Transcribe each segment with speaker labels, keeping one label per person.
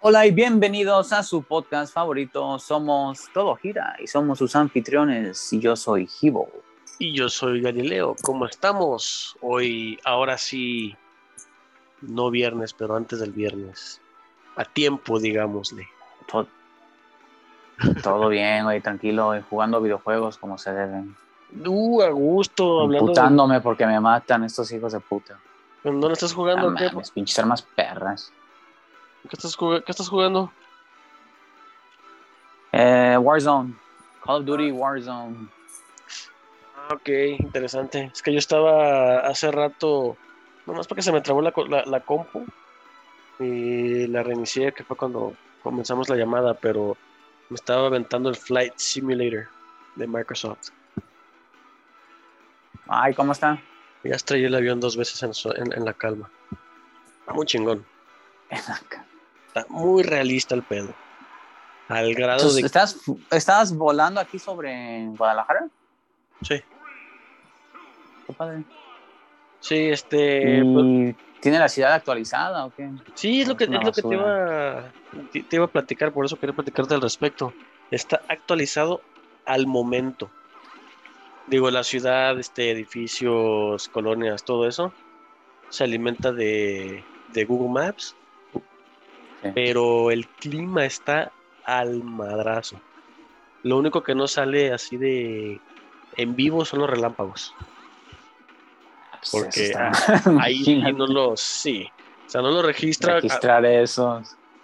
Speaker 1: Hola y bienvenidos a su podcast favorito. Somos Todo Gira y somos sus anfitriones. Y yo soy Hibo.
Speaker 2: Y yo soy Galileo. ¿Cómo estamos? Hoy, ahora sí, no viernes, pero antes del viernes. A tiempo, digámosle.
Speaker 1: To- todo bien, hoy tranquilo, hoy jugando videojuegos como se deben.
Speaker 2: Uh, a gusto, hablando. de-
Speaker 1: Putándome porque me matan estos hijos de puta.
Speaker 2: ¿No lo estás
Speaker 1: No
Speaker 2: jugando? ¿Qué,
Speaker 1: mames, pinches armas perras.
Speaker 2: qué estás, jug- qué estás jugando?
Speaker 1: Eh, Warzone. Call of Duty Warzone.
Speaker 2: Ah, ok, interesante. Es que yo estaba hace rato, nomás porque se me trabó la, co- la, la compu y la reinicié, que fue cuando comenzamos la llamada, pero me estaba aventando el Flight Simulator de Microsoft.
Speaker 1: Ay, ¿cómo está?
Speaker 2: Ya estrellé el avión dos veces en, su- en- en la calma. Está muy chingón. Está muy realista el pedo. Al grado
Speaker 1: Entonces,
Speaker 2: de...
Speaker 1: ¿estás, ¿Estás volando aquí sobre Guadalajara?
Speaker 2: Sí,
Speaker 1: Qué padre.
Speaker 2: sí, este... pues,
Speaker 1: ¿Y tiene la ciudad actualizada o qué? Pues
Speaker 2: Sí, es lo que,
Speaker 1: Es una
Speaker 2: es lo que te, iba, te, te iba a platicar, por eso quería platicarte al respecto. Está actualizado al momento. Digo, la ciudad, este, edificios, colonias, todo eso, se alimenta de, de Google Maps,
Speaker 1: Sí.
Speaker 2: pero el clima está al madrazo. Lo único que no sale así de en vivo son los relámpagos.
Speaker 1: Pues
Speaker 2: Porque ah,
Speaker 1: eso
Speaker 2: Ahí sí
Speaker 1: Imagínate
Speaker 2: no los, sí. O sea, no lo registra. a-
Speaker 1: registrar eso.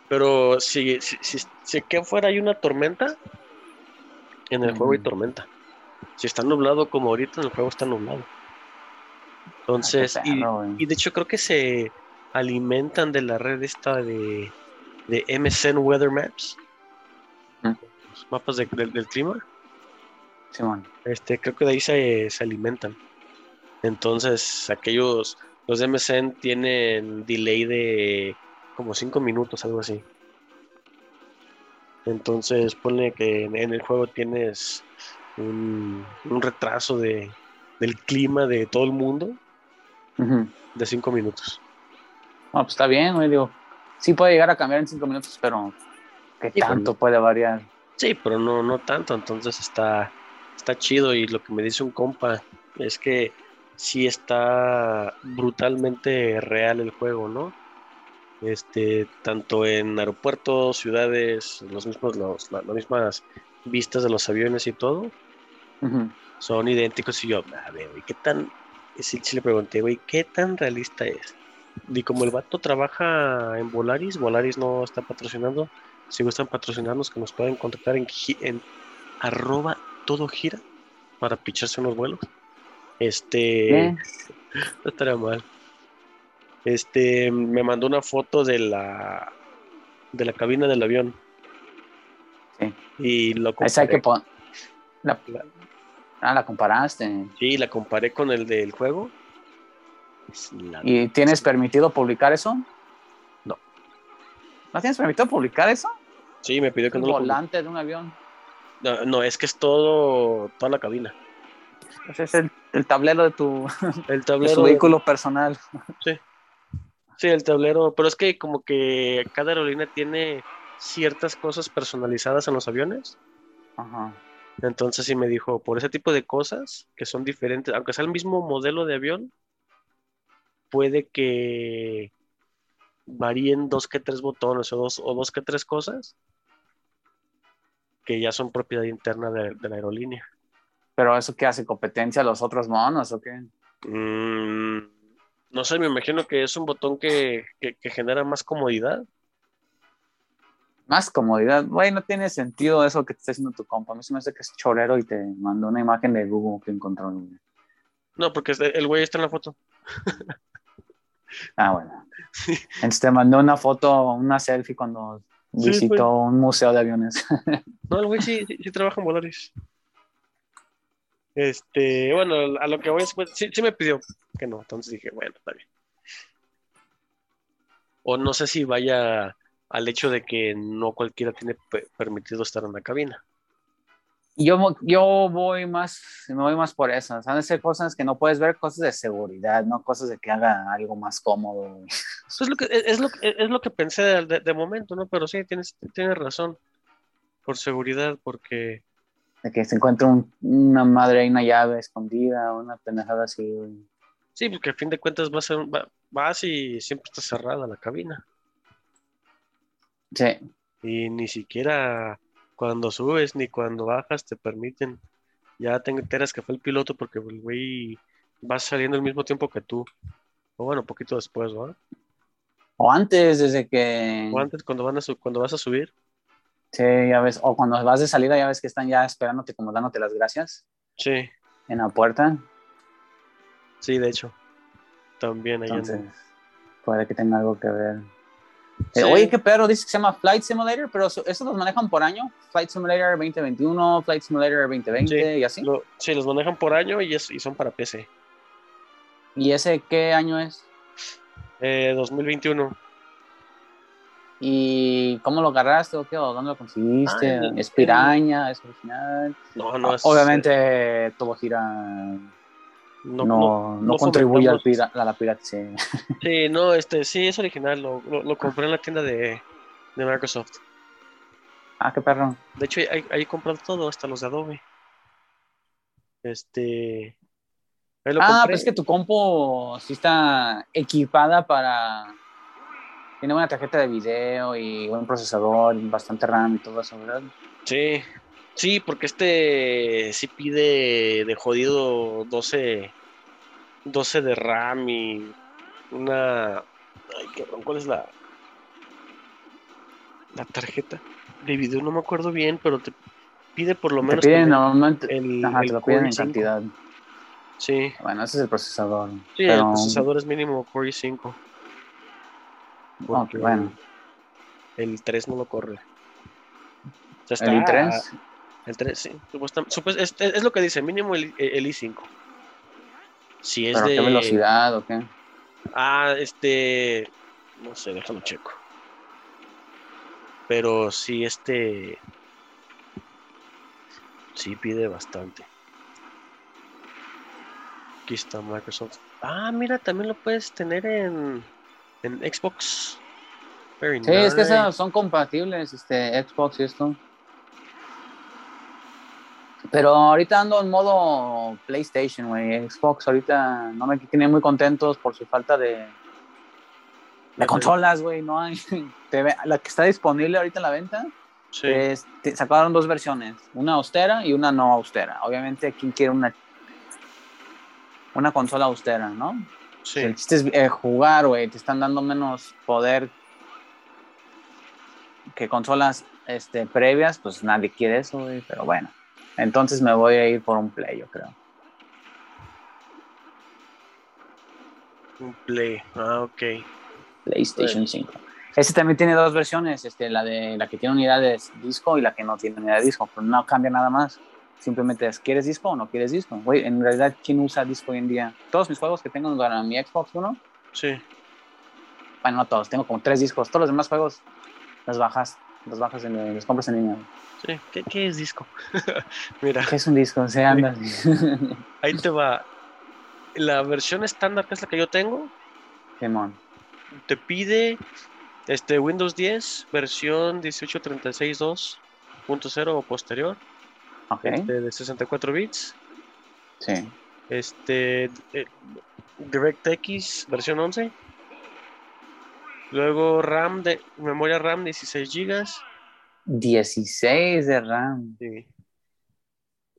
Speaker 2: Pero si, si, si, si que fuera hay una tormenta, en el juego hay
Speaker 1: Ujú.
Speaker 2: tormenta. Si está nublado como ahorita, en el juego está nublado. Entonces,
Speaker 1: Ah, qué
Speaker 2: y,
Speaker 1: perro, güey.
Speaker 2: y de hecho creo que se alimentan de la red esta de, de MSN Weather Maps,
Speaker 1: Ujú.
Speaker 2: los mapas de- del- del clima.
Speaker 1: Simón.
Speaker 2: Este, creo que de ahí se, se alimentan. Entonces, aquellos, los de MSN tienen delay de como 5 minutos, algo así. Entonces, pone que en, en el juego tienes un, un retraso de, del clima de todo el mundo
Speaker 1: Ujú.
Speaker 2: de 5 minutos.
Speaker 1: No, pues está bien, güey. Digo, sí puede llegar a cambiar en cinco minutos, pero ¿qué
Speaker 2: Sí,
Speaker 1: tanto puede variar?
Speaker 2: Sí, pero no, no tanto, entonces está, está chido y lo que me dice un compa es que sí está brutalmente real el juego, ¿no? Este, tanto en aeropuertos, ciudades, los mismos, los, la- las mismas vistas de los aviones y todo,
Speaker 1: Ujú.
Speaker 2: son idénticos y yo, a ver, güey, ¿qué tan? y Sí, sí le pregunté, güey, ¿qué tan realista es? Y como el vato trabaja en Volaris, Volaris no está patrocinando, si gustan patrocinarnos que nos pueden contactar en, gi- en arroba todo gira para picharse unos vuelos. Este,
Speaker 1: Bien.
Speaker 2: no estaría mal. Este, me mandó una foto de la de la cabina del avión.
Speaker 1: Sí.
Speaker 2: Y lo
Speaker 1: Esa hay
Speaker 2: comparé
Speaker 1: que pon- la- Ah, la comparaste.
Speaker 2: Sí, la comparé con el del juego. Es la-
Speaker 1: ¿Y tienes permitido publicar eso?
Speaker 2: No.
Speaker 1: ¿No tienes permitido publicar eso?
Speaker 2: Sí, me pidió que
Speaker 1: El
Speaker 2: no lo ponga.
Speaker 1: volante de un avión.
Speaker 2: no, no, es que es todo, toda la cabina.
Speaker 1: Ese es el, el tablero de tu, de
Speaker 2: El
Speaker 1: tu
Speaker 2: tablero.
Speaker 1: vehículo personal.
Speaker 2: Sí, el tablero. Pero es que como que cada aerolínea tiene ciertas cosas personalizadas en los aviones.
Speaker 1: Ajá.
Speaker 2: Entonces sí me dijo, por ese tipo de cosas que son diferentes, aunque sea el mismo modelo de avión, puede que varíen dos que tres botones o dos, o dos que tres cosas que ya son propiedad interna de, de la aerolínea.
Speaker 1: ¿Pero eso qué hace? ¿Competencia a los otros monos o qué?
Speaker 2: Mm, no sé, me imagino que es un botón que, que- que genera más comodidad.
Speaker 1: Más comodidad. Güey, no tiene sentido eso que te está haciendo tu compa. A mí se me hace que es chorero y te mandó una imagen de Google que encontró. güey.
Speaker 2: No, porque es- el güey está en la foto.
Speaker 1: Ah, bueno. Entonces te mandó una foto, una selfie cuando
Speaker 2: Sí,
Speaker 1: visitó un museo de aviones.
Speaker 2: No, el güey sí, sí, sí trabaja en Volaris. Este, bueno, a lo que voy es, pues, sí, sí me pidió que no, entonces dije, bueno, está bien. O no sé si vaya al hecho de que no cualquiera tiene pe- permitido estar en la cabina.
Speaker 1: yo, mo- yo voy más, me voy más por esas. Han de ser cosas que no puedes ver, cosas de seguridad, no cosas de que haga algo más cómodo.
Speaker 2: Eso es lo que, e-, es, es lo, que- es lo que pensé de, de- de momento, ¿no? Pero sí, tienes, tienes razón. Por seguridad, porque
Speaker 1: De que se encuentra un- una madre ahí, una llave escondida, una pendejada así, güey.
Speaker 2: sí, porque a fin de cuentas vas, a, un- va- vas y siempre está cerrada la cabina.
Speaker 1: Sí,
Speaker 2: Y ni siquiera cuando subes ni cuando bajas te permiten. Ya te enteras que fue el piloto porque el güey va saliendo al mismo tiempo que tú. O bueno, poquito después, ¿va?
Speaker 1: O antes, desde que.
Speaker 2: O antes cuando, van a su- cuando vas a subir.
Speaker 1: Sí, ya ves. O cuando vas de salida, ya ves que están ya esperándote, como dándote las gracias
Speaker 2: Sí,
Speaker 1: en la puerta.
Speaker 2: sí, de hecho. También ahí andan.
Speaker 1: Entonces, puede que tenga algo que ver.
Speaker 2: Sí.
Speaker 1: Eh, Oye, qué perro, dice que se llama Flight Simulator, pero eso- esos los manejan por año. Flight Simulator 2021, Flight Simulator 2020 y así.
Speaker 2: Lo- sí, los manejan por año y, es- y son para PC.
Speaker 1: ¿Y ese qué año es?
Speaker 2: Eh, 2021.
Speaker 1: ¿Y cómo lo agarraste o qué? ¿O dónde lo conseguiste?
Speaker 2: Ah, en-
Speaker 1: ¿Es piraña? ¿Es original?
Speaker 2: No, no es.
Speaker 1: Ah,
Speaker 2: eh,
Speaker 1: Obviamente, todo gira. No,
Speaker 2: No,
Speaker 1: no,
Speaker 2: no. no
Speaker 1: contribuye al
Speaker 2: fomentamos-
Speaker 1: pira- a la piratería.
Speaker 2: Sí, no, este, sí, es original. Lo, lo- lo compré en la tienda de, de Microsoft.
Speaker 1: ah, qué perro.
Speaker 2: De hecho, ahí, ahí he comprado todo, hasta los de Adobe. Este. Ahí lo
Speaker 1: Ah,
Speaker 2: compré.
Speaker 1: pero es que tu compo sí está equipada para. Tiene buena tarjeta de video y buen procesador, y bastante RAM y todo eso, ¿verdad?
Speaker 2: Sí, sí, porque este sí pide de jodido 12, 12 de RAM y una... Ay, cabrón, ¿cuál es la, la tarjeta de video? No me acuerdo bien, pero te pide por lo
Speaker 1: Te
Speaker 2: menos
Speaker 1: piden
Speaker 2: también
Speaker 1: normalmente.
Speaker 2: el,
Speaker 1: Ajá,
Speaker 2: el
Speaker 1: te lo
Speaker 2: Core
Speaker 1: piden en
Speaker 2: i5.
Speaker 1: cantidad.
Speaker 2: Sí,
Speaker 1: Bueno, ese es el procesador.
Speaker 2: sí, el
Speaker 1: pero-
Speaker 2: procesador es mínimo Core i5.
Speaker 1: Ok,
Speaker 2: porque
Speaker 1: bueno,
Speaker 2: El 3 no lo corre. O sea,
Speaker 1: el
Speaker 2: está-
Speaker 1: i3.
Speaker 2: El 3, sí. supuestam- supues- es, es- es lo que dice, mínimo el, el i5. Si es
Speaker 1: ¿Pero
Speaker 2: de.
Speaker 1: qué velocidad o qué?
Speaker 2: Ah, este. No sé, déjalo checo. Pero sí, este. Sí, pide bastante. Aquí está Microsoft. Ah, mira, también lo puedes tener en, en Xbox. Very
Speaker 1: Sí, es que
Speaker 2: nice.
Speaker 1: esas son compatibles, este, Xbox y esto. Pero ahorita ando en modo PlayStation, güey. Xbox ahorita no me tiene muy contentos por su falta de, de
Speaker 2: Ajá.
Speaker 1: consolas, güey. No hay. Te ve- la que está disponible ahorita en la venta,
Speaker 2: Sí.
Speaker 1: es- te- sacaron dos versiones, una austera y una no austera. Obviamente, ¿quién quiere una, una consola austera, no?
Speaker 2: sí.
Speaker 1: El chiste es eh, jugar, güey. Te están dando menos poder que consolas este, previas. Pues nadie quiere eso, güey. Pero bueno. Entonces me voy a ir por un play, yo creo.
Speaker 2: Un Play. Ah, ok.
Speaker 1: PlayStation 5. Este también tiene dos versiones. Este, la, de, la que tiene unidad de disco y la que no tiene unidad de disco. Pero no cambia nada más. Simplemente es, ¿quieres disco o no quieres disco? Güey, en realidad, ¿quién usa disco hoy en día? Todos mis juegos que tengo para mi Xbox One
Speaker 2: Sí.
Speaker 1: bueno, no todos, tengo como tres discos. Todos los demás juegos los bajas, los bajas en, los compras en línea.
Speaker 2: Sí, ¿qué, qué es disco? Mira,
Speaker 1: ¿Qué es un disco? O sea, anda.
Speaker 2: ahí te va. La versión estándar, que es la que yo tengo,
Speaker 1: Simón.
Speaker 2: te pide este Windows 10 versión 1836.2.0 o posterior,
Speaker 1: Ok,
Speaker 2: este, de 64 bits,
Speaker 1: sí.
Speaker 2: este eh, DirectX versión 11, luego RAM de memoria RAM 16 GB,
Speaker 1: 16 de RAM.
Speaker 2: sí.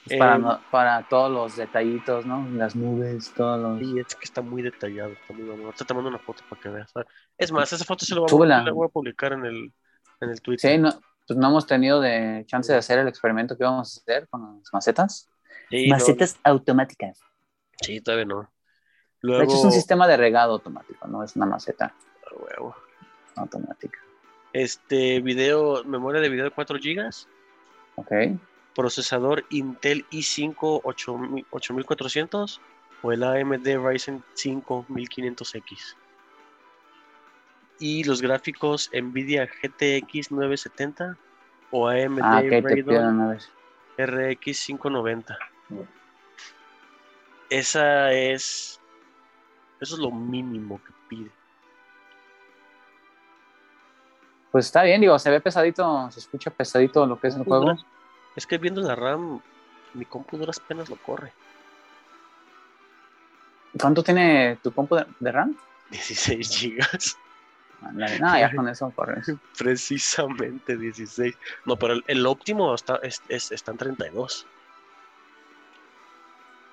Speaker 1: Es para,
Speaker 2: Eh,
Speaker 1: no- para todos los detallitos, ¿no? Las nubes, todos los.
Speaker 2: Y es que está muy detallado, está muy mamón. Ahorita te mando una foto para que veas. Es más, esa foto se la voy
Speaker 1: Súbela.
Speaker 2: a, la voy a publicar en el, en el Twitter.
Speaker 1: Sí, no, pues no hemos tenido de chance de hacer el experimento que vamos a hacer con las macetas.
Speaker 2: Sí,
Speaker 1: macetas automáticas.
Speaker 2: no, sí, todavía no.
Speaker 1: De
Speaker 2: Luego,
Speaker 1: hecho, es un sistema de regado automático, no es una maceta
Speaker 2: Ah, huevo.
Speaker 1: automática.
Speaker 2: Este video, memoria de video de 4 GB,
Speaker 1: Ok,
Speaker 2: procesador Intel i5 8000 8400 o el AMD Ryzen 5 1500X. Y los gráficos Nvidia GTX 970 o AMD
Speaker 1: ah, ok, te
Speaker 2: Radeon
Speaker 1: pierdo una vez.
Speaker 2: RX 590. Esa es. Eso es lo mínimo que pide.
Speaker 1: Pues está bien, digo, se ve pesadito, se escucha pesadito lo que es el juego.
Speaker 2: Es que viendo la RAM, mi compu duras penas lo corre.
Speaker 1: ¿Cuánto tiene tu compu de, de RAM?
Speaker 2: 16 gigas.
Speaker 1: No, ya con eso corres.
Speaker 2: Precisamente 16. No, pero el, el óptimo está, es, es- está en 32.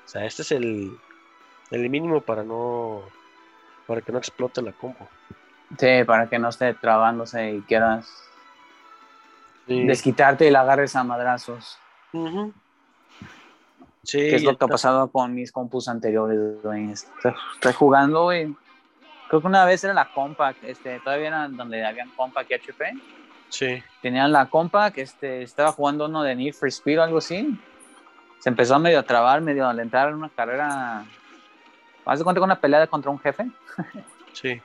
Speaker 2: O sea, este es el, el mínimo para no. Para que no explote la compu.
Speaker 1: Sí, para que no esté trabándose y quieras
Speaker 2: Sí.
Speaker 1: desquitarte y la agarres a madrazos.
Speaker 2: Ujú. Sí,
Speaker 1: que es
Speaker 2: y
Speaker 1: lo que ha
Speaker 2: está-
Speaker 1: pasado con mis compus anteriores, güey. Este, Estoy jugando, güey. Creo que una vez era la Compact, este, todavía era donde habían Compact y HP.
Speaker 2: Sí.
Speaker 1: Tenían la Compact, este, estaba jugando uno de Need for Speed o algo así. Se empezó a medio a trabar, medio a entrar en una carrera. Haz de cuenta con una pelea contra un jefe.
Speaker 2: Sí.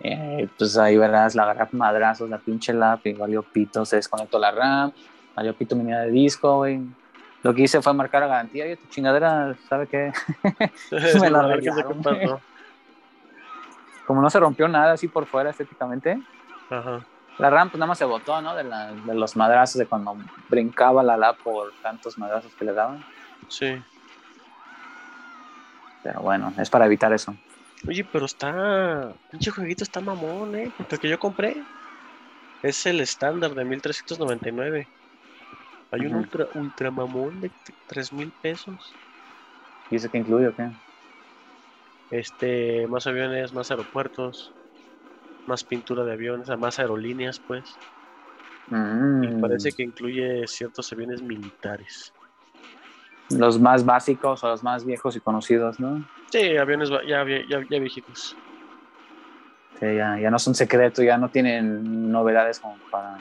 Speaker 1: Eh, pues ahí verás, la agarré a madrazos, la pinche lap y valió pito, se desconectó la RAM, valió pito mi unidad de disco, güey. Lo que hice fue marcar la garantía, y tu chingadera, ¿sabe qué? Me la
Speaker 2: A ver qué es lo que
Speaker 1: arreglaron.
Speaker 2: pasó.
Speaker 1: Como no se rompió nada así por fuera estéticamente,
Speaker 2: Ajá.
Speaker 1: la RAM pues nada más se botó, ¿no? De, la- de los madrazos, de cuando brincaba la lap por tantos madrazos que le daban.
Speaker 2: Sí.
Speaker 1: Pero bueno, es para evitar eso.
Speaker 2: Oye, pero está. Pinche jueguito está mamón, ¿eh? Porque el que yo compré es el estándar de 1399. Hay un
Speaker 1: Ujú.
Speaker 2: ultra, ultra mamón de 3000 pesos.
Speaker 1: ¿Y eso qué incluye o qué?
Speaker 2: Este, más aviones, más aeropuertos, más pintura de aviones, más aerolíneas, pues.
Speaker 1: Mm,
Speaker 2: Parece que incluye ciertos aviones militares.
Speaker 1: Los más básicos o los más viejos y conocidos, ¿no?
Speaker 2: Sí, aviones va- ya, vie- ya, ya viejitos.
Speaker 1: Sí, ya, ya no son secretos, ya no tienen novedades como para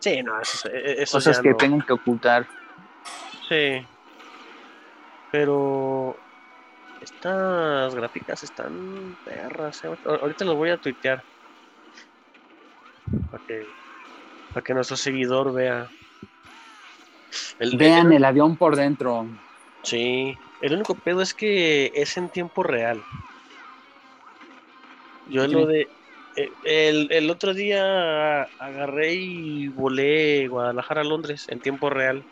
Speaker 2: Sí, no, eso, eso
Speaker 1: cosas
Speaker 2: ya
Speaker 1: que
Speaker 2: no.
Speaker 1: tengan que ocultar.
Speaker 2: Sí. Pero estas gráficas están perras. eh. Ahor- Ahorita las voy a tuitear. Para que, para que nuestro seguidor vea. El,
Speaker 1: Vean
Speaker 2: el-
Speaker 1: el avión por dentro.
Speaker 2: Sí. El único pedo es que es en tiempo real. Yo
Speaker 1: ¿Qué
Speaker 2: lo de. eh, El, el otro día agarré y volé Guadalajara a Londres en tiempo real.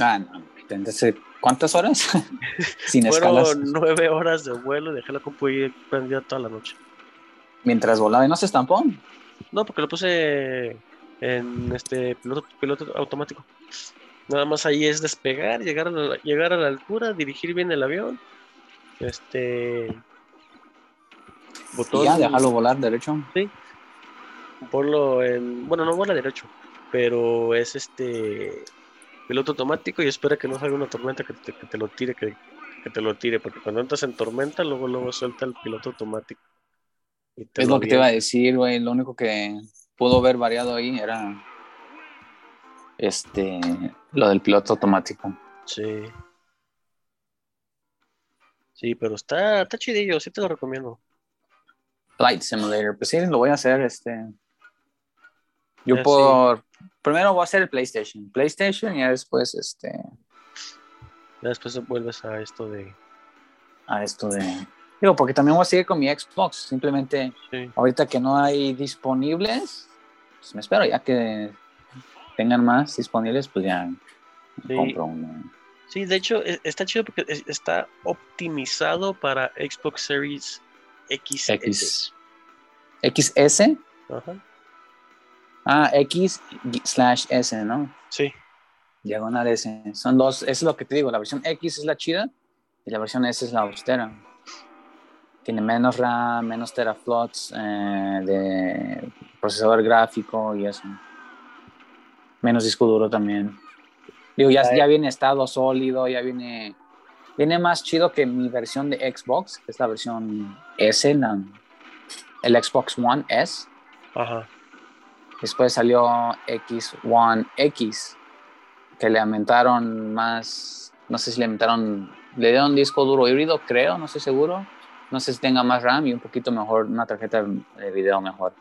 Speaker 1: Ah, no. Entonces, ¿cuántas horas? Sin
Speaker 2: Fueron
Speaker 1: escalas.
Speaker 2: nueve horas de vuelo, dejé la compu ahí prendida toda la noche.
Speaker 1: Mientras volaba y no se estampó.
Speaker 2: No, porque lo puse en este piloto, piloto automático. Nada más ahí es despegar, llegar a la, llegar a la altura, dirigir bien el avión. Este.
Speaker 1: Y
Speaker 2: Botón.
Speaker 1: ya, dejarlo volar derecho.
Speaker 2: ponlo en. Bueno, no vuela derecho, pero es este. Piloto automático y espera que no salga una tormenta que te, que te lo tire, que, que te lo tire, porque cuando entras en tormenta, luego luego suelta el piloto automático. y te
Speaker 1: Es lo que te iba
Speaker 2: avienta.
Speaker 1: a decir, güey. Lo único que pudo haber variado ahí era este lo del piloto automático.
Speaker 2: Sí. Sí, pero está, está chidillo, sí te lo recomiendo.
Speaker 1: Flight Simulator. Pues sí, lo voy a hacer. Este. Yo
Speaker 2: Ya,
Speaker 1: por. Primero voy a hacer el PlayStation. PlayStation y ya después este.
Speaker 2: Ya después vuelves a esto de.
Speaker 1: A esto de. Digo, porque también voy a seguir con mi Xbox. Simplemente
Speaker 2: Sí,
Speaker 1: ahorita que no hay disponibles, pues me espero ya que tengan más disponibles, pues ya
Speaker 2: Sí.
Speaker 1: compro uno.
Speaker 2: Sí, de hecho, e- está chido porque es- está optimizado para Xbox Series X.
Speaker 1: X. XS.
Speaker 2: Ajá.
Speaker 1: Ah, X slash S, ¿no?
Speaker 2: Sí.
Speaker 1: Diagonal S. Son dos, eso es lo que te digo, la versión X es la chida y la versión S es la austera. Tiene menos RAM, menos teraflops eh, de procesador gráfico y eso. Menos disco duro también. Digo, ya, ya viene estado sólido, ya viene... Viene más chido que mi versión de Xbox, que es la versión S, la- el Xbox One S.
Speaker 2: Ajá.
Speaker 1: Después salió X1X, que le aumentaron más, no sé si le aumentaron, le dieron disco duro híbrido, creo, no estoy seguro. No sé si tenga más RAM y un poquito mejor, una tarjeta de video mejor.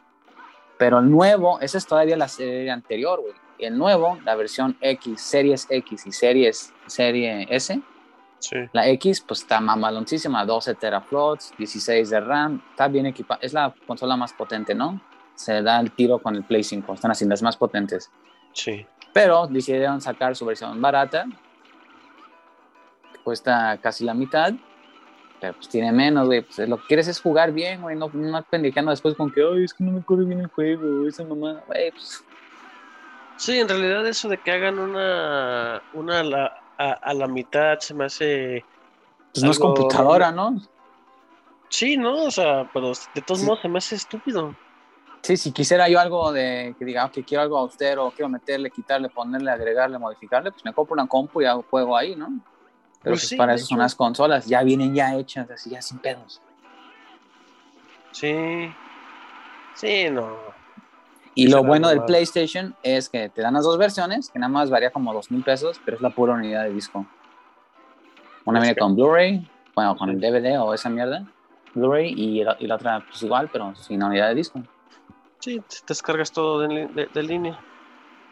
Speaker 1: Pero el nuevo, ese es todavía la serie anterior, güey. el nuevo, la versión X, Series X y Series Serie S,
Speaker 2: Sí.
Speaker 1: la X pues está mamaloncísima, 12 teraflops, 16 de RAM, está bien equipada, es la consola más potente, ¿no? Se da el tiro con el Play 5, están así las más potentes.
Speaker 2: Sí.
Speaker 1: Pero decidieron sacar su versión barata, que cuesta casi la mitad, pero pues tiene menos, güey. Pues lo que quieres es jugar bien, güey, no, no pendejando después con que, ay, es que no me corre bien el juego, esa mamá, güey, pues
Speaker 2: Sí, en realidad eso de que hagan una, una a, la, a, a la mitad se me hace...
Speaker 1: Pues no es
Speaker 2: Algo-
Speaker 1: computadora, ¿no?
Speaker 2: Sí, ¿no? O sea, pero de todos
Speaker 1: Sí.
Speaker 2: modos se me hace estúpido.
Speaker 1: Sí, si quisiera yo algo de que diga que quiero algo austero, quiero meterle, quitarle, ponerle, agregarle, modificarle, pues me compro una compu y hago juego ahí, ¿no? Pero
Speaker 2: Pues
Speaker 1: pues
Speaker 2: sí,
Speaker 1: para
Speaker 2: de
Speaker 1: eso son
Speaker 2: hecho.
Speaker 1: las consolas, ya vienen ya hechas, así ya sin pedos.
Speaker 2: Sí. Sí, no.
Speaker 1: Y
Speaker 2: Sí,
Speaker 1: lo
Speaker 2: será
Speaker 1: bueno del
Speaker 2: normal.
Speaker 1: PlayStation es que te dan las dos versiones, que nada más varía como dos mil pesos, pero es la pura unidad de disco. Una
Speaker 2: Ok.
Speaker 1: viene con Blu-ray, bueno, con el
Speaker 2: Sí.
Speaker 1: DVD o esa mierda, Blu-ray, y, la- y la otra pues igual, pero sin la unidad de disco.
Speaker 2: Sí, te descargas todo de, li- de- de línea.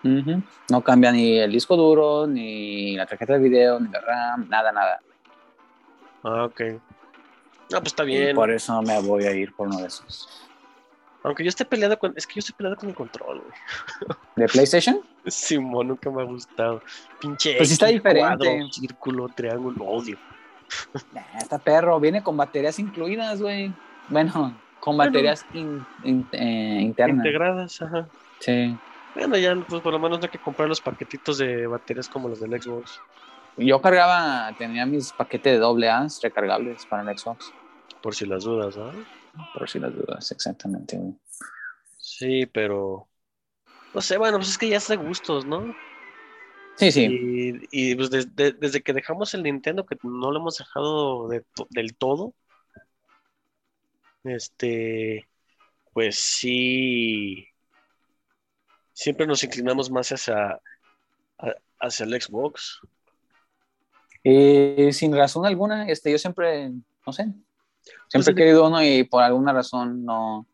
Speaker 1: Ujú. No cambia ni el disco duro, ni la tarjeta de video, ni la RAM, nada, nada.
Speaker 2: Ah, ok. No, pues está
Speaker 1: Y
Speaker 2: bien.
Speaker 1: por eso me voy a ir por uno de esos.
Speaker 2: Aunque yo esté peleado con... Es que yo estoy peleado con el control, güey.
Speaker 1: ¿De PlayStation?
Speaker 2: Simón nunca me ha gustado. Pinche
Speaker 1: Pues sí está
Speaker 2: X,
Speaker 1: diferente.
Speaker 2: cuadro, círculo, triángulo, lo odio.
Speaker 1: Nah, Eh, está perro, viene con baterías incluidas, güey. Bueno, con
Speaker 2: Bueno.
Speaker 1: baterías in- in- eh, internas.
Speaker 2: Integradas, ajá.
Speaker 1: Sí.
Speaker 2: Bueno, ya, pues por lo menos no hay que comprar los paquetitos de baterías como los del Xbox.
Speaker 1: Yo cargaba, tenía mis paquetes de doble A recargables para el Xbox,
Speaker 2: Por si las dudas, ¿no?
Speaker 1: por si las dudas, exactamente. güey.
Speaker 2: Sí, pero. No sé, bueno, pues es que ya es de gustos, ¿no?
Speaker 1: Sí, sí.
Speaker 2: Y, y, pues des- de- desde que dejamos el Nintendo, que no lo hemos dejado de to- del todo, este. Pues sí. Siempre nos inclinamos más hacia, a- hacia el Xbox.
Speaker 1: Y sin razón alguna, este, yo siempre, no sé, siempre he
Speaker 2: Entonces,
Speaker 1: querido uno y por alguna razón no,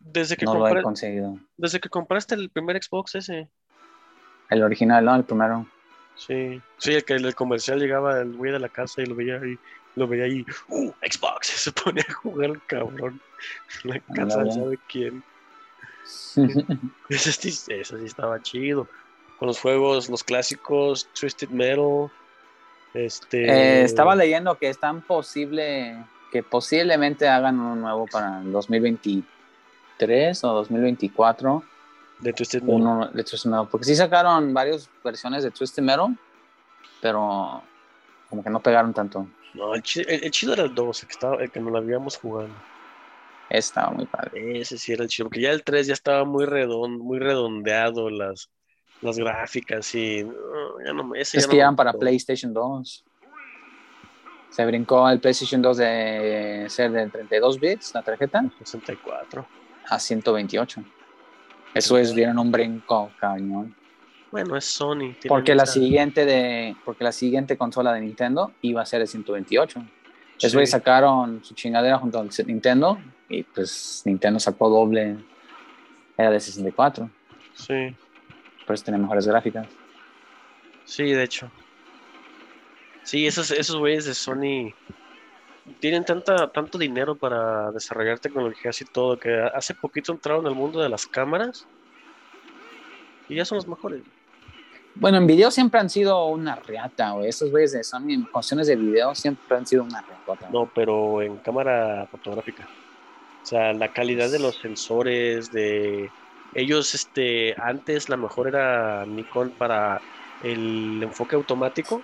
Speaker 2: Desde que,
Speaker 1: no lo he
Speaker 2: compra-
Speaker 1: conseguido.
Speaker 2: desde que compraste el primer Xbox ese.
Speaker 1: El original, ¿no? El primero.
Speaker 2: Sí, sí, el que el comercial llegaba el güey de la casa y lo veía ahí, lo veía ahí, ¡Uh, Xbox! Se ponía a jugar el cabrón. en La casa de
Speaker 1: Ándale.
Speaker 2: sabe quién. Eh, Ese sí, ese sí estaba chido. Con los juegos, los clásicos, Twisted Metal, este...
Speaker 1: Eh, estaba leyendo que es tan posible que posiblemente hagan uno nuevo para el 2023 o 2024.
Speaker 2: De Twisted Metal.
Speaker 1: Uno de Twisted Metal. Porque sí sacaron varias versiones de Twisted Metal, pero como que no pegaron tanto.
Speaker 2: No, el chido, el, el chido era el 2, el que, estaba, el que nos la habíamos jugando.
Speaker 1: Estaba muy padre.
Speaker 2: Ese sí era el chido, porque ya el 3 ya estaba muy redondo, muy redondeado las, las gráficas y... no, ya no, me- ese
Speaker 1: es
Speaker 2: ya
Speaker 1: que
Speaker 2: no me
Speaker 1: iban para
Speaker 2: gustó.
Speaker 1: PlayStation 2. Se brincó el PlayStation 2 de ser de 32 bits, la tarjeta,
Speaker 2: 64.
Speaker 1: a 128. Eso es, dieron un brinco, cañón.
Speaker 2: Bueno, es Sony. tienen
Speaker 1: Porque la
Speaker 2: esa-
Speaker 1: siguiente de, porque la siguiente consola de Nintendo iba a ser el 128.
Speaker 2: sí,
Speaker 1: Los güeyes sacaron su chingadera junto al Nintendo y pues Nintendo sacó doble, era de 64,
Speaker 2: sí,
Speaker 1: por eso tiene mejores gráficas.
Speaker 2: sí, de hecho. Sí, esos, esos güeyes de Sony tienen tanta, tanto dinero para desarrollar tecnologías y todo, que hace poquito entraron al mundo de las cámaras y ya son los mejores.
Speaker 1: Bueno, en video siempre han sido una reata, güey. Esos güeyes de Sony en cuestiones de video siempre han sido una reata.
Speaker 2: No, pero en cámara fotográfica. O sea, la calidad de los sensores, de ellos, este, antes la mejor era Nikon para el enfoque automático.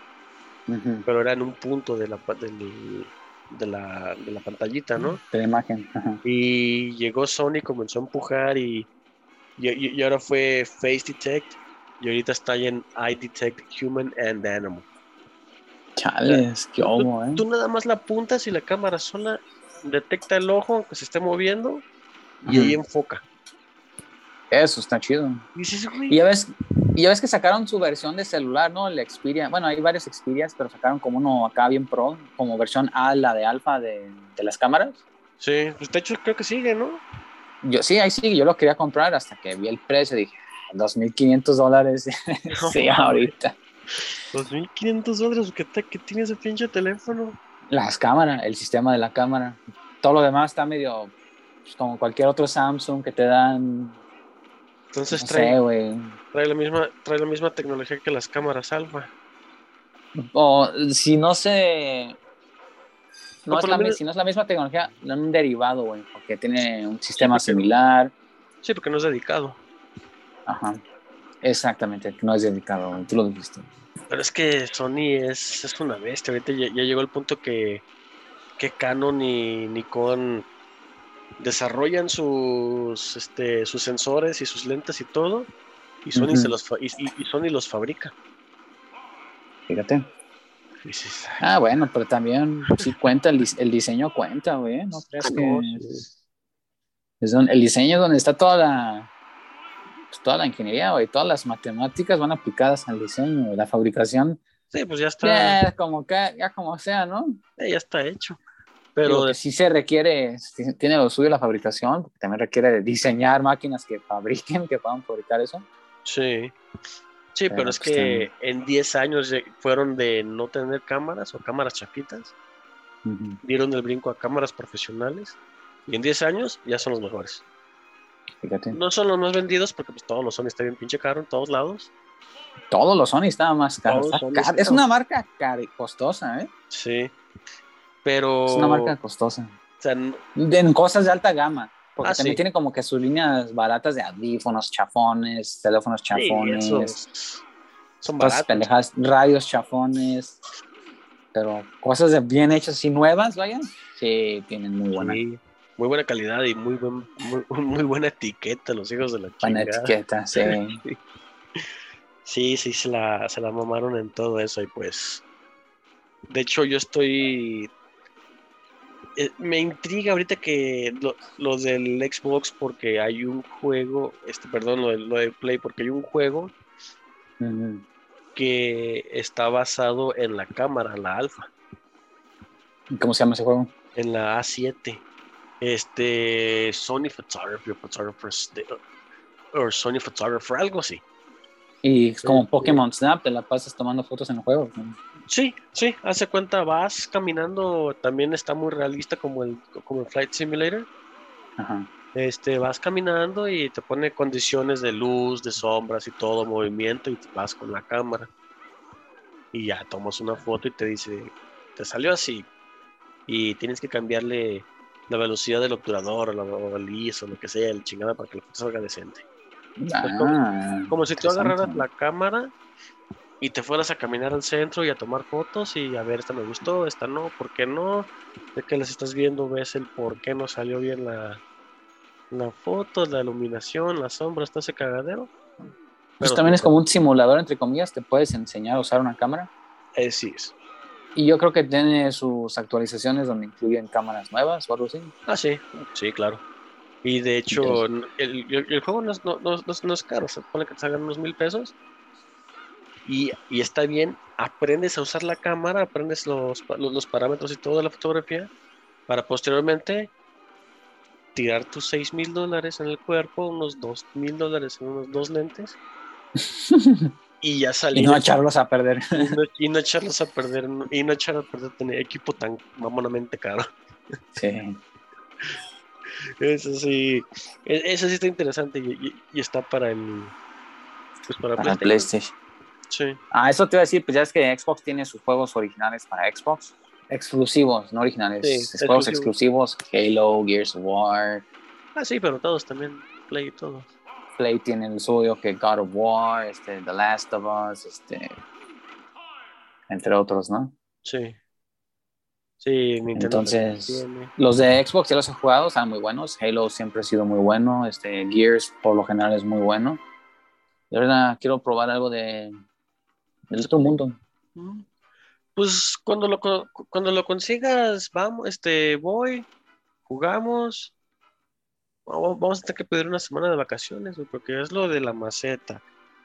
Speaker 1: Ujú.
Speaker 2: pero era en un punto de la, pa- del- de la, de la pantallita, ¿no?
Speaker 1: De la imagen. ajá.
Speaker 2: Y llegó Sony, comenzó a empujar y, y, y- y ahora fue Face Detect y ahorita está ya en Eye Detect Human and Animal.
Speaker 1: Chales, qué homo, eh.
Speaker 2: Tú nada más la apuntas y la cámara sola detecta el ojo que se esté moviendo y ahí
Speaker 1: Ujú.
Speaker 2: enfoca.
Speaker 1: Eso está chido.
Speaker 2: Y dices,
Speaker 1: Y
Speaker 2: güey,
Speaker 1: ya ves, y ya ves que sacaron su versión de celular, ¿no? El Xperia. Bueno, hay varios Xperias, pero sacaron como uno acá bien pro, como versión A, la de alfa de, de las cámaras.
Speaker 2: sí, pues de hecho creo que sigue, ¿no?
Speaker 1: Yo sí, ahí sí, yo lo quería comprar hasta que vi el precio y dije, "Ah, 2.500 dólares. sí, ahorita.
Speaker 2: 2.500 dólares que, te- que tiene ese pinche teléfono.
Speaker 1: Las cámaras, el sistema de la cámara. Todo lo demás está medio pues, como cualquier otro Samsung que te dan. No
Speaker 2: Entonces trae,
Speaker 1: sé, güey.
Speaker 2: trae, la misma, trae la misma tecnología que las cámaras alfa.
Speaker 1: O si no se. No
Speaker 2: O
Speaker 1: es
Speaker 2: por
Speaker 1: la,
Speaker 2: lo
Speaker 1: mi-
Speaker 2: menos-
Speaker 1: si no es la misma tecnología, no un derivado, güey, porque tiene un sistema similar.
Speaker 2: Sí, porque no es dedicado.
Speaker 1: Ajá. Exactamente, no es dedicado, güey, tú lo dijiste.
Speaker 2: Pero es que Sony es, es una bestia. Ahorita ya, ya llegó el punto que, que Canon y Nikon desarrollan sus, este, sus sensores y sus lentes y todo. Y Sony,
Speaker 1: Ujú.
Speaker 2: se los, fa- y, y- y Sony los fabrica.
Speaker 1: Fíjate.
Speaker 2: Y dices,
Speaker 1: Ah, bueno, pero también sí cuenta, el, dis- el diseño cuenta, güey. No crees que.
Speaker 2: ¿Cómo?
Speaker 1: es don- el diseño es donde está toda la. pues, toda la ingeniería, güey. Todas las matemáticas van aplicadas al diseño, güey, La fabricación.
Speaker 2: Sí, pues ya está,
Speaker 1: Ya como, que, ya como sea, ¿no?
Speaker 2: eh, ya está hecho.
Speaker 1: Pero
Speaker 2: Pero
Speaker 1: que sí se requiere, sí tiene lo suyo la fabricación, porque también requiere de diseñar máquinas que fabriquen, que puedan fabricar eso.
Speaker 2: sí. Sí, pero,
Speaker 1: Pero,
Speaker 2: es
Speaker 1: pues,
Speaker 2: que en 10 años ya fueron de no tener cámaras o cámaras chapitas, dieron el brinco a cámaras profesionales y en 10 años ya son los mejores.
Speaker 1: Fíjate.
Speaker 2: No son los más vendidos porque pues todos los Sony está bien pinche caro en todos lados.
Speaker 1: Todos los Sony estaban más caros.
Speaker 2: Todos
Speaker 1: Está
Speaker 2: Sony
Speaker 1: caro.
Speaker 2: están-
Speaker 1: Es una marca cari- costosa, ¿eh?
Speaker 2: Sí. Pero
Speaker 1: Es
Speaker 2: Oh.
Speaker 1: una marca costosa.
Speaker 2: o sea, n-
Speaker 1: De- en cosas de alta gama. Porque
Speaker 2: Ah,
Speaker 1: también
Speaker 2: sí.
Speaker 1: tiene como que sus líneas baratas de audífonos, chafones, teléfonos
Speaker 2: sí,
Speaker 1: chafones,
Speaker 2: esos son
Speaker 1: todas esas
Speaker 2: baratos.
Speaker 1: pendejadas, radios chafones. Pero cosas de bien hechas y nuevas, vayan, sí, tienen muy buena,
Speaker 2: Sí, muy buena calidad y muy buen, muy, muy buena etiqueta los hijos de la
Speaker 1: buena
Speaker 2: chingada.
Speaker 1: etiqueta, sí.
Speaker 2: Sí, sí, se la, se la mamaron en todo eso y pues... De hecho, yo estoy... eh, Me intriga ahorita que lo- los del Xbox porque hay un juego, este, perdón, lo de, lo de Play, porque hay un juego
Speaker 1: Ujú.
Speaker 2: que está basado en la cámara, la alfa,
Speaker 1: ¿Y ¿Cómo se llama ese juego?
Speaker 2: en la A7. Este, Sony Photography, o Photographers, de- o Sony Photographer, algo así.
Speaker 1: Y es como
Speaker 2: Sí.
Speaker 1: Pokémon Snap, te la pasas tomando fotos en el juego. ¿no?
Speaker 2: Sí, sí, hace cuenta, vas caminando, también está muy realista como el, como el Flight Simulator.
Speaker 1: Ajá.
Speaker 2: Este, vas caminando y te pone condiciones de luz, de sombras y todo, movimiento, y vas con la cámara. Y ya tomas una foto y te dice, te salió así. Y tienes que cambiarle la velocidad del obturador, o la- o el ISO, lo que sea, el chingada para que la foto salga decente.
Speaker 1: Ah,
Speaker 2: Como si tú
Speaker 1: interesante.
Speaker 2: agarraras la cámara y te fueras a caminar al centro y a tomar fotos y a ver, esta me gustó, esta no, ¿por qué no? De que las estás viendo, ves el por qué no salió bien la, la foto, la iluminación, la sombra, está ese cagadero.
Speaker 1: Pues
Speaker 2: Pero-
Speaker 1: también es como un simulador, entre comillas, te puedes enseñar a usar una cámara.
Speaker 2: Eh, sí, es-
Speaker 1: Y yo creo que tiene sus actualizaciones donde incluyen cámaras nuevas o algo así.
Speaker 2: Ah, sí, sí, claro. Y de hecho, n- el, el- el juego no es, no, no- no es- no es caro, se supone que te salgan unos mil pesos. Y, y está bien, aprendes a usar la cámara, aprendes los, pa- los, los parámetros y todo de la fotografía, para posteriormente tirar tus seis mil dólares en el cuerpo, unos dos mil dólares en unos dos lentes, y ya salir.
Speaker 1: Y no echarlos a perder.
Speaker 2: y no- y no echarlos a perder, y no echar a perder tener equipo tan mamonamente caro.
Speaker 1: Sí.
Speaker 2: Eso sí, e- eso sí está interesante y, y- y está para el pues para,
Speaker 1: Para
Speaker 2: PlayStation.
Speaker 1: PlayStation.
Speaker 2: Sí.
Speaker 1: Ah, eso te iba a decir, pues ya es que Xbox tiene sus juegos originales para Xbox. Exclusivos, no originales.
Speaker 2: Sí,
Speaker 1: es juegos exclusivos. Halo, Gears of War,
Speaker 2: Ah, sí, pero todos también Play y todo.
Speaker 1: Play tiene el suyo, que God of War, este, The Last of Us, este, entre otros, ¿no?
Speaker 2: Sí. Sí, Nintendo también
Speaker 1: Entonces-
Speaker 2: tiene.
Speaker 1: Los de Xbox ya los he jugado, están muy buenos. Halo siempre ha sido muy bueno, este, Gears por lo general es muy bueno. De verdad, quiero probar algo de, del otro mundo.
Speaker 2: Mm. Pues cuando lo co- cuando lo consigas, vamos, este, voy, jugamos. Va- va- Vamos a tener que pedir una semana de vacaciones, güey, porque es lo de la maceta.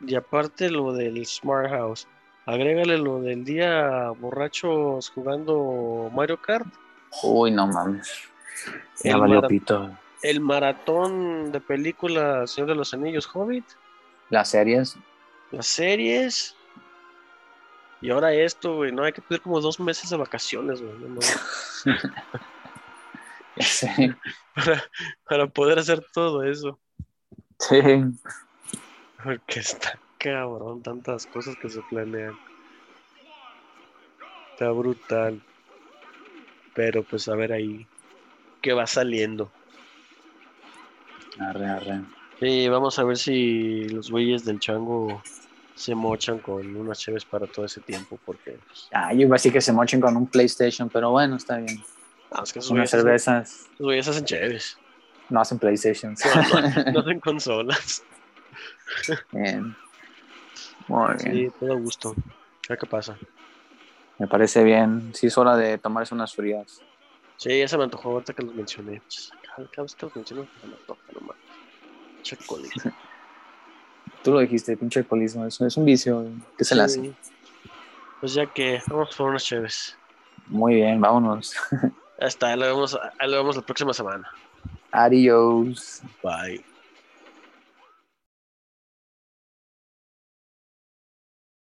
Speaker 2: Y aparte lo del Smart House. Agrégale lo del día borrachos jugando Mario Kart.
Speaker 1: Uy, no mames. Ya
Speaker 2: El
Speaker 1: valió
Speaker 2: mara-
Speaker 1: pito.
Speaker 2: El maratón de película Señor de los Anillos Hobbit.
Speaker 1: Las series.
Speaker 2: Las series. Y ahora esto, güey. No, hay que pedir como dos meses de vacaciones, güey. no mames,
Speaker 1: Ya sé.
Speaker 2: para, para poder hacer todo eso.
Speaker 1: Sí.
Speaker 2: Porque está cabrón, tantas cosas que se planean. Está brutal. Pero pues a ver ahí. ¿Qué va saliendo?
Speaker 1: Arre, arre.
Speaker 2: Sí, vamos a ver si los güeyes del chango se mochan con unas chaves para todo ese tiempo, porque pues,
Speaker 1: Ah, yo iba a decir que se mochen con un PlayStation, pero bueno, está bien.
Speaker 2: no, es que esos
Speaker 1: Unas
Speaker 2: güeyes, hacen-
Speaker 1: cervezas
Speaker 2: esos güeyes hacen chaves,
Speaker 1: no hacen PlayStation.
Speaker 2: no, no hacen consolas.
Speaker 1: Bien. Muy bien.
Speaker 2: Sí, todo gusto. A ver qué pasa.
Speaker 1: Me parece bien. Sí, es hora de tomarse unas frías.
Speaker 2: Sí, ya se me antojó ahorita que los mencioné. Pues, Cada cada vez que los menciono, se me antoja nomás. Chacolí.
Speaker 1: Tú lo dijiste, pinche alcoholismo. Es, es un vicio. güey. ¿Qué se le hace?
Speaker 2: Sí. Pues ya que vamos por unas chaves. Muy
Speaker 1: Muy bien, vámonos.
Speaker 2: Hasta ahí lo vemos, ahí lo vemos la próxima semana.
Speaker 1: Adiós.
Speaker 2: Bye.